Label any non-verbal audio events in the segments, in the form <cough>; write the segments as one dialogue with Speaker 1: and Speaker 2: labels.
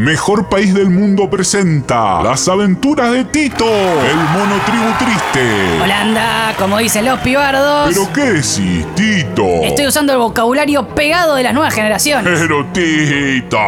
Speaker 1: Mejor País del Mundo presenta Las aventuras de Tito, el mono tribu triste.
Speaker 2: Holanda, como dicen los pibardos.
Speaker 1: ¿Pero qué decís, Tito?
Speaker 2: Estoy usando el vocabulario pegado de las nuevas
Speaker 1: <laughs>
Speaker 2: generaciones.
Speaker 1: Pero Tito,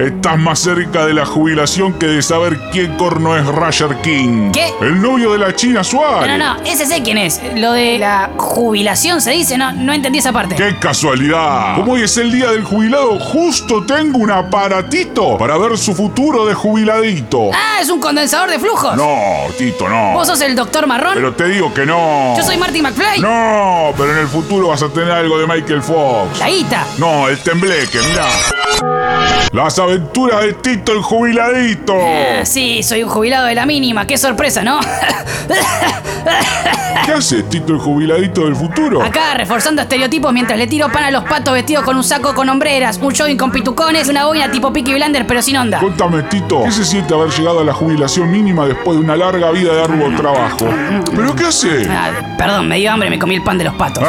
Speaker 1: estás más cerca de la jubilación que de saber quién corno es Roger King.
Speaker 2: ¿Qué?
Speaker 1: El novio de la China
Speaker 2: No, no,
Speaker 1: Suárez.
Speaker 2: no, ese sé quién es. Lo de la jubilación se dice, no, no entendí esa parte.
Speaker 1: ¡Qué casualidad! Como hoy es el día del jubilado, justo tengo un aparatito para ver su futuro de jubiladito.
Speaker 2: Ah, es un condensador de flujos.
Speaker 1: No, Tito, no.
Speaker 2: ¿Vos sos el doctor marrón?
Speaker 1: Pero te digo que no.
Speaker 2: Yo soy Marty McFly.
Speaker 1: No, pero en el futuro vas a tener algo de Michael Fox.
Speaker 2: La guita.
Speaker 1: No, el tembleque, mirá. Las aventuras de Tito el jubiladito.
Speaker 2: Ah, Sí, soy un jubilado de la mínima. Qué sorpresa, ¿no? <laughs>
Speaker 1: ¿Qué hace Tito el jubiladito del futuro?
Speaker 2: Acá reforzando estereotipos mientras le tiro pan a los patos vestidos con un saco con hombreras, un jogging con pitucones, una boina tipo Peaky Blander pero sin onda.
Speaker 1: Contame, Tito, ¿qué se siente haber llegado a la jubilación mínima después de una larga vida de arduo trabajo? ¿Pero qué hace? <laughs>
Speaker 2: Ah, perdón, me dio hambre, me comí el pan de los patos.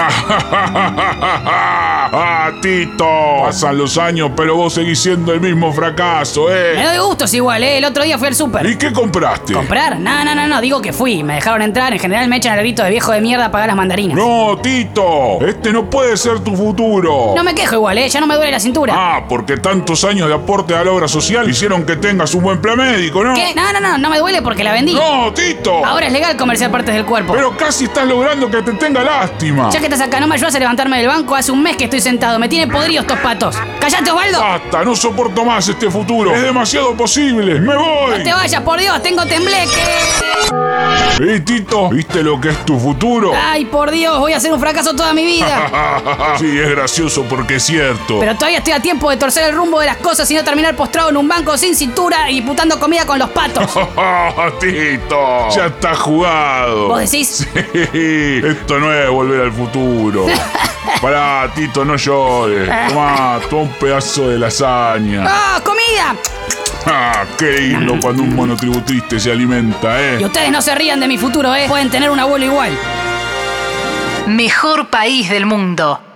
Speaker 1: ¡Ah, Tito! Pasan los años, pero vos seguís siendo el mismo fracaso,
Speaker 2: Me
Speaker 1: ¿eh?
Speaker 2: doy gustos igual, ¿eh? El otro día fui al súper.
Speaker 1: ¿Y qué compraste?
Speaker 2: ¿Comprar? No, no, no, no, digo que fui. Me dejaron entrar, en general me echan al grito de viejo de mierda a pagar las mandarinas.
Speaker 1: No, Tito, este no puede ser tu futuro.
Speaker 2: No me quejo igual, ¿eh? Ya no me duele la cintura.
Speaker 1: Ah, porque tantos años de aporte a la obra social hicieron que tengas un buen plan médico, ¿no?
Speaker 2: ¿Qué? No, no, no, no me duele porque la vendí.
Speaker 1: No, Tito.
Speaker 2: Ahora es legal comerciar partes del cuerpo.
Speaker 1: Pero casi estás logrando que te tenga lástima.
Speaker 2: Ya que estás acá, no me ayudas a levantarme del banco. Hace un mes que estoy sentado. Me tiene podrido estos patos. ¡Cállate, Osvaldo!
Speaker 1: Basta, no soporto más este futuro. Es demasiado posible. Me
Speaker 2: ¡No
Speaker 1: voy.
Speaker 2: te vayas, por Dios! ¡Tengo tembleque!
Speaker 1: Eh, Tito, ¿viste lo que es tu futuro?
Speaker 2: ¡Ay, por Dios! Voy a ser un fracaso toda
Speaker 1: <laughs>
Speaker 2: mi vida.
Speaker 1: sí, es gracioso porque es cierto.
Speaker 2: Ah. Pero todavía estoy a tiempo de torcer el rumbo de las cosas y no terminar postrado en un banco sin cintura y putando comida con los patos.
Speaker 1: <laughs> Tito, ya está jugado.
Speaker 2: ¿Vos decís?
Speaker 1: <laughs> Esto no es volver al
Speaker 2: <laughs>
Speaker 1: futuro. Pará, Tito, no llores. Tomá, toma un pedazo de lasaña.
Speaker 2: ¡Ah, comida!
Speaker 1: Ah, qué lindo cuando un monotributriste se alimenta,
Speaker 2: Y
Speaker 1: ¿eh?
Speaker 2: ustedes no se rían de mi futuro, ¿eh? Pueden tener un abuelo igual.
Speaker 3: Mejor país del mundo.